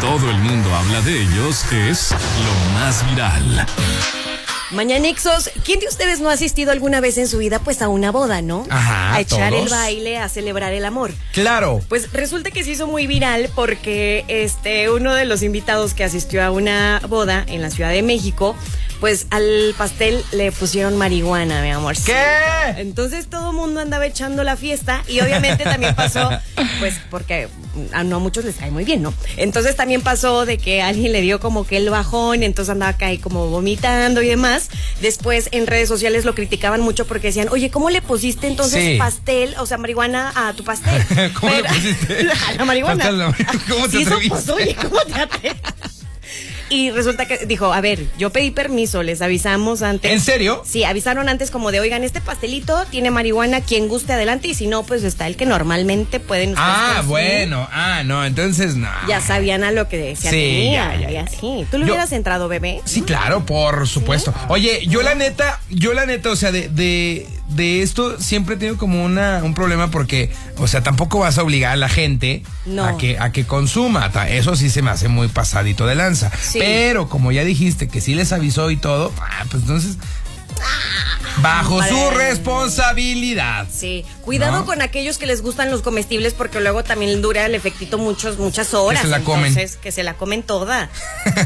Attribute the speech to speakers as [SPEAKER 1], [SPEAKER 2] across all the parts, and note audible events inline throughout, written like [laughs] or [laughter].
[SPEAKER 1] todo el mundo habla de ellos es lo más viral.
[SPEAKER 2] Mañanixos, ¿quién de ustedes no ha asistido alguna vez en su vida pues a una boda, no?
[SPEAKER 3] Ajá,
[SPEAKER 2] A echar
[SPEAKER 3] todos.
[SPEAKER 2] el baile, a celebrar el amor.
[SPEAKER 3] Claro.
[SPEAKER 2] Pues resulta que se hizo muy viral porque este uno de los invitados que asistió a una boda en la Ciudad de México, pues al pastel le pusieron marihuana, mi amor.
[SPEAKER 3] ¿Qué?
[SPEAKER 2] Entonces todo el mundo andaba echando la fiesta y obviamente también
[SPEAKER 3] [laughs]
[SPEAKER 2] pasó, pues porque a no a muchos les cae muy bien, ¿no? Entonces también pasó de que alguien le dio como que el bajón, entonces andaba acá ahí como vomitando y demás. Después en redes sociales lo criticaban mucho porque decían, oye, ¿cómo le pusiste entonces
[SPEAKER 3] Sí.
[SPEAKER 2] pastel, o sea, marihuana a tu pastel?
[SPEAKER 3] [laughs] ¿Cómo le
[SPEAKER 2] Pero-
[SPEAKER 3] pusiste?
[SPEAKER 2] [laughs] A la marihuana. Ah,
[SPEAKER 3] Pastel a la mari- ¿Cómo te
[SPEAKER 2] Sí, eso,
[SPEAKER 3] atreviste?
[SPEAKER 2] pues, oye, ¿cómo te atreves? Y resulta que dijo, a ver, yo pedí permiso, les avisamos antes.
[SPEAKER 3] ¿En serio?
[SPEAKER 2] Sí, avisaron antes como de, oigan, este pastelito tiene marihuana, quien guste adelante, y si no, pues está el que normalmente pueden ustedes
[SPEAKER 3] Ah,
[SPEAKER 2] consumir".
[SPEAKER 3] bueno. Ah, no, entonces no.
[SPEAKER 2] Ya sabían a lo que se
[SPEAKER 3] Sí,
[SPEAKER 2] atenían
[SPEAKER 3] ya, ya,
[SPEAKER 2] y
[SPEAKER 3] ya.
[SPEAKER 2] así. ¿Tú le
[SPEAKER 3] Yo-
[SPEAKER 2] hubieras entrado, bebé?
[SPEAKER 3] Sí, claro, por supuesto. Oye, yo la neta, yo la neta, o sea, de, de, de esto siempre he tenido como una, un problema porque, o sea, tampoco vas a obligar a la gente
[SPEAKER 2] No.
[SPEAKER 3] a, que, a que consuma. ta- Eso sí se me hace muy pasadito de lanza.
[SPEAKER 2] Sí.
[SPEAKER 3] Pero como ya dijiste que sí les avisó y todo, ah, pues entonces, bajo su
[SPEAKER 2] Hombre.
[SPEAKER 3] responsabilidad.
[SPEAKER 2] Sí, cuidado
[SPEAKER 3] No.
[SPEAKER 2] con aquellos que les gustan los comestibles porque luego también dura el efectito muchos, muchas horas.
[SPEAKER 3] se la comen.
[SPEAKER 2] Entonces, que se la comen
[SPEAKER 3] [laughs]
[SPEAKER 2] toda.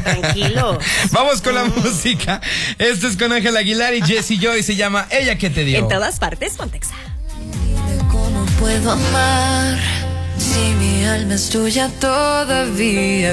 [SPEAKER 2] Tranquilo.
[SPEAKER 3] Vamos con la música. Esto es con Ángel Aguilar y Jesse Joy. Se llama Ella que te dio.
[SPEAKER 2] En todas partes, Pontexa.
[SPEAKER 4] Dime cómo puedo amar si mi alma es tuya todavía.